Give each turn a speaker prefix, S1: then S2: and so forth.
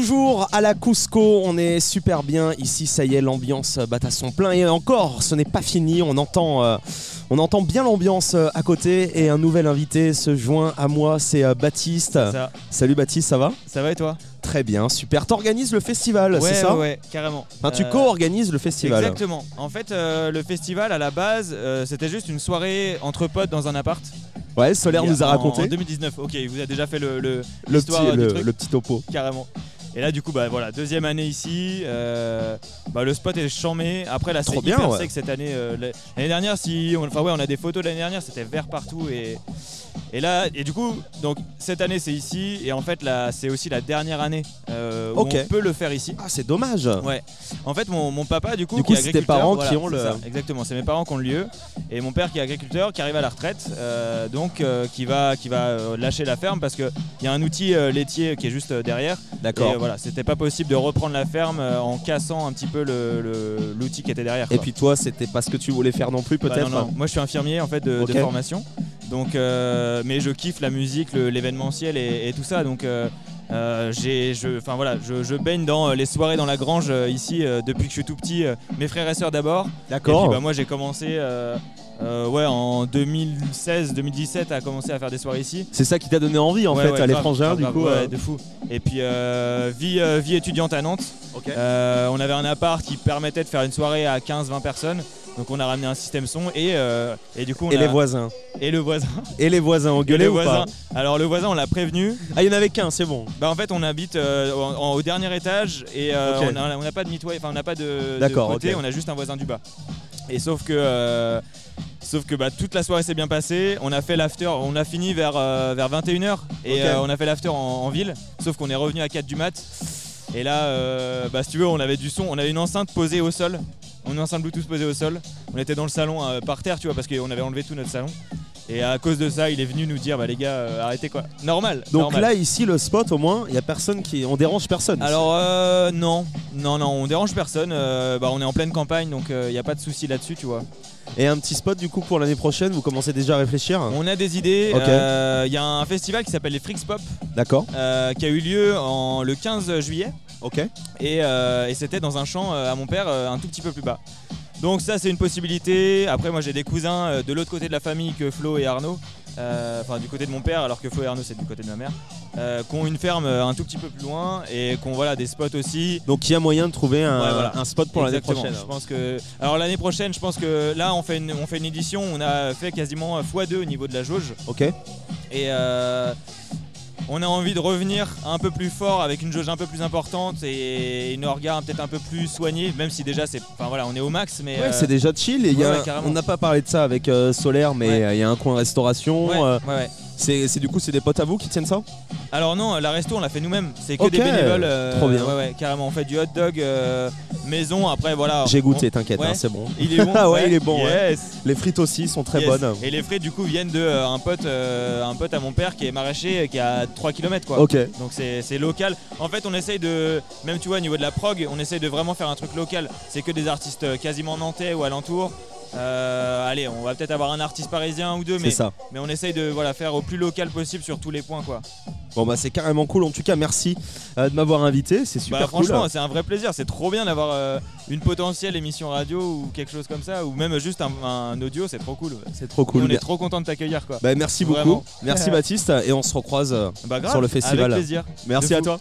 S1: Toujours à la Cusco, on est super bien ici, ça y est, l'ambiance euh, bat à son plein. Et encore, ce n'est pas fini, on entend, euh, on entend bien l'ambiance euh, à côté et un nouvel invité se joint à moi, c'est euh, Baptiste.
S2: Ça,
S1: Salut Baptiste, ça va
S2: ça va et toi
S1: Très bien, super. T'organises le festival,
S2: ouais,
S1: c'est ça
S2: ouais, ouais, carrément.
S1: Enfin, tu
S2: Euh,
S1: co-organises le festival.
S2: Exactement. En fait, euh, le festival à la base, euh, c'était juste une soirée entre potes dans un appart.
S1: Ouais, Solaire
S2: Il y a-
S1: nous a
S2: en- En
S1: raconté
S2: 2019. Ok, il vous a déjà fait le, le-
S1: le
S2: l'histoire,
S1: petit,
S2: euh, du
S1: le,
S2: truc.
S1: le petit topo.
S2: carrément. Et là, du coup, bah voilà, deuxième année ici. euh, bah, le spot est chambé. Après, la
S1: Trop
S2: c'est
S1: bien,
S2: hyper
S1: ouais.
S2: sec cette année. euh, la- l'année dernière, si, on- enfin ouais, on a des photos de l'année dernière, c'était vert partout et et là, et du coup, donc cette année c'est ici et en fait là, c'est aussi la dernière année euh, où
S1: Ok.
S2: on peut le faire ici.
S1: Ah, c'est dommage.
S2: Ouais. En fait, mon, mon papa, du coup,
S1: Du
S2: qui
S1: coup,
S2: est
S1: c'est tes
S2: agriculteur,
S1: parents
S2: voilà,
S1: qui ont
S2: c'est
S1: le-
S2: ça, exactement, c'est mes parents qui ont le lieu. Et mon père qui est agriculteur, qui arrive à la retraite, euh, donc euh, qui va, qui va euh, lâcher la ferme parce qu'il y a un outil euh, laitier qui est juste euh, derrière. Et
S1: D'accord.
S2: euh, voilà, c'était pas possible de reprendre la ferme euh, en cassant un petit peu le- le- l'outil qui était derrière.
S1: Et
S2: quoi.
S1: puis toi, c'était pas ce que tu voulais faire non plus,
S2: Bah,
S1: peut-être
S2: non, non. Moi, je suis infirmier en fait de, de
S1: Ok.
S2: formation. Donc, euh, mais je kiffe la musique, le- l'événementiel et, et tout ça. Donc, euh, euh, j'ai, je, enfin voilà, je, je baigne dans euh, les soirées dans la grange euh, ici euh, depuis que je suis tout petit. euh, mes frères et sœurs d'abord. Et puis,
S1: D'accord.
S2: bah, moi, j'ai commencé. euh, euh, ouais, en 2016-2017 à commencer à faire des soirées ici.
S1: C'est ça qui t'a donné envie en
S2: Ouais,
S1: fait
S2: ouais,
S1: à
S2: grave,
S1: l'étranger
S2: grave,
S1: du
S2: grave,
S1: coup.
S2: ouais,
S1: euh,
S2: de fou. Et puis euh, vie, euh, vie étudiante à Nantes.
S1: Ok.
S2: Euh, on avait un appart qui permettait de faire une soirée à 15-20 personnes. Donc on a ramené un système son et, euh, et du coup on
S1: Et
S2: a-
S1: les voisins.
S2: et le voisin.
S1: Et les voisins ont gueulé
S2: le
S1: ou
S2: voisin.
S1: pas
S2: Alors le voisin on l'a prévenu.
S1: Ah, il y en avait qu'un, c'est bon.
S2: Bah en fait on habite euh, en- en- au dernier étage et euh,
S1: Ok.
S2: on a- on n'a pas de mitoyen, enfin on n'a pas de, de
S1: D'accord,
S2: côté,
S1: ok.
S2: on a juste un voisin du bas. Et sauf que euh, sauf que bah, toute la soirée s'est bien passée, on a fait l'after, on a fini vers, euh, vers 21h et
S1: Ok.
S2: euh, on a fait l'after en, en ville, sauf qu'on est revenu à 4 du mat. Et là euh, bah si tu veux on avait du son, on avait une enceinte posée au sol. On est enceinte Bluetooth posée au sol. On était dans le salon euh, par terre, tu vois, parce qu'on avait enlevé tout notre salon. Et à cause de ça, il est venu nous dire, bah les gars, euh, arrêtez quoi. Normal.
S1: Donc
S2: normal.
S1: là, ici, le spot, au moins, il y a personne qui. On dérange personne.
S2: Alors euh, non, non, non, on dérange personne. euh, bah, on est en pleine campagne, donc il n'y a pas de souci là-dessus, tu vois.
S1: Et un petit spot, du coup, pour l'année prochaine, vous commencez déjà à réfléchir
S2: On a des idées. Il
S1: Ok.
S2: y a un festival qui s'appelle les Freaks Pop,
S1: D'accord.
S2: euh, qui a eu lieu en, le 15 juillet,
S1: Ok.
S2: et, euh, et c'était dans un champ euh, à mon père, euh, un tout petit peu plus bas. Donc ça, c'est une possibilité. Après, moi, j'ai des cousins euh, de l'autre côté de la famille que Flo et Arnaud. euh, Enfin, du côté de mon père, alors que Flo et Arnaud, c'est du côté de ma mère, euh, qui ont une ferme euh, un tout petit peu plus loin et qui ont voilà, des spots aussi.
S1: Donc il y a moyen de trouver un,
S2: Ouais, voilà.
S1: un spot pour l'année
S2: Exactement.
S1: prochaine.
S2: Je pense que alors l'année prochaine, je pense que là on fait une, on fait une édition, on a fait quasiment x2 au niveau de la jauge
S1: Ok.
S2: et euh, on a envie de revenir un peu plus fort avec une jauge un peu plus importante et une orga peut-être un peu plus soignée, même si déjà c'est enfin voilà, on est au max mais
S1: Ouais,
S2: euh,
S1: c'est déjà chill. Et il y a
S2: ouais,
S1: un-
S2: ouais, carrément.
S1: on n'a pas parlé de ça avec euh, Solaire, mais euh, il
S2: Ouais.
S1: y a un coin restauration.
S2: ouais,
S1: euh,
S2: ouais, ouais.
S1: c'est c'est- du coup, c'est des potes à vous qui tiennent ça
S2: Alors non, la resto on l'a fait nous-mêmes, c'est que
S1: Ok.
S2: des bénévoles. euh,
S1: Trop bien.
S2: Ouais, ouais, carrément, on fait du hot dog euh, maison. Après voilà.
S1: J'ai
S2: on-
S1: goûté, t'inquiète,
S2: Ah, ouais.
S1: hein, c'est bon.
S2: Il est bon.
S1: Ah ouais, il est bon, ouais.
S2: Yes.
S1: Les frites aussi sont très
S2: Yes.
S1: bonnes.
S2: Et les frais du coup viennent de euh, un pote euh, un pote à mon père qui est maraîcher euh, qui est à 3 km quoi.
S1: Ok.
S2: Donc c'est c'est local. En fait on essaye de même tu vois au niveau de la prog on essaye de vraiment faire un truc local. C'est que des artistes euh, quasiment nantais ou alentour. Euh, allez on va peut-être avoir un artiste parisien ou deux
S1: C'est
S2: mais,
S1: ça.
S2: mais on essaye de voilà faire au plus local possible sur tous les points quoi.
S1: Bon bah c'est carrément cool. En tout cas, merci euh, de m'avoir invité. C'est
S2: Bah,
S1: super cool. hein.
S2: franchement c'est un vrai plaisir, c'est trop bien d'avoir euh, une potentielle émission radio ou quelque chose comme ça, ou même juste un, un audio, c'est trop cool.
S1: c'est trop
S2: on
S1: cool.
S2: est trop content de t'accueillir quoi.
S1: Bah, merci beaucoup.
S2: Vraiment.
S1: Merci Baptiste et on se recroise. euh,
S2: Bah, grave,
S1: Sur le festival.
S2: Avec plaisir.
S1: Merci
S2: De
S1: à
S2: fou.
S1: toi.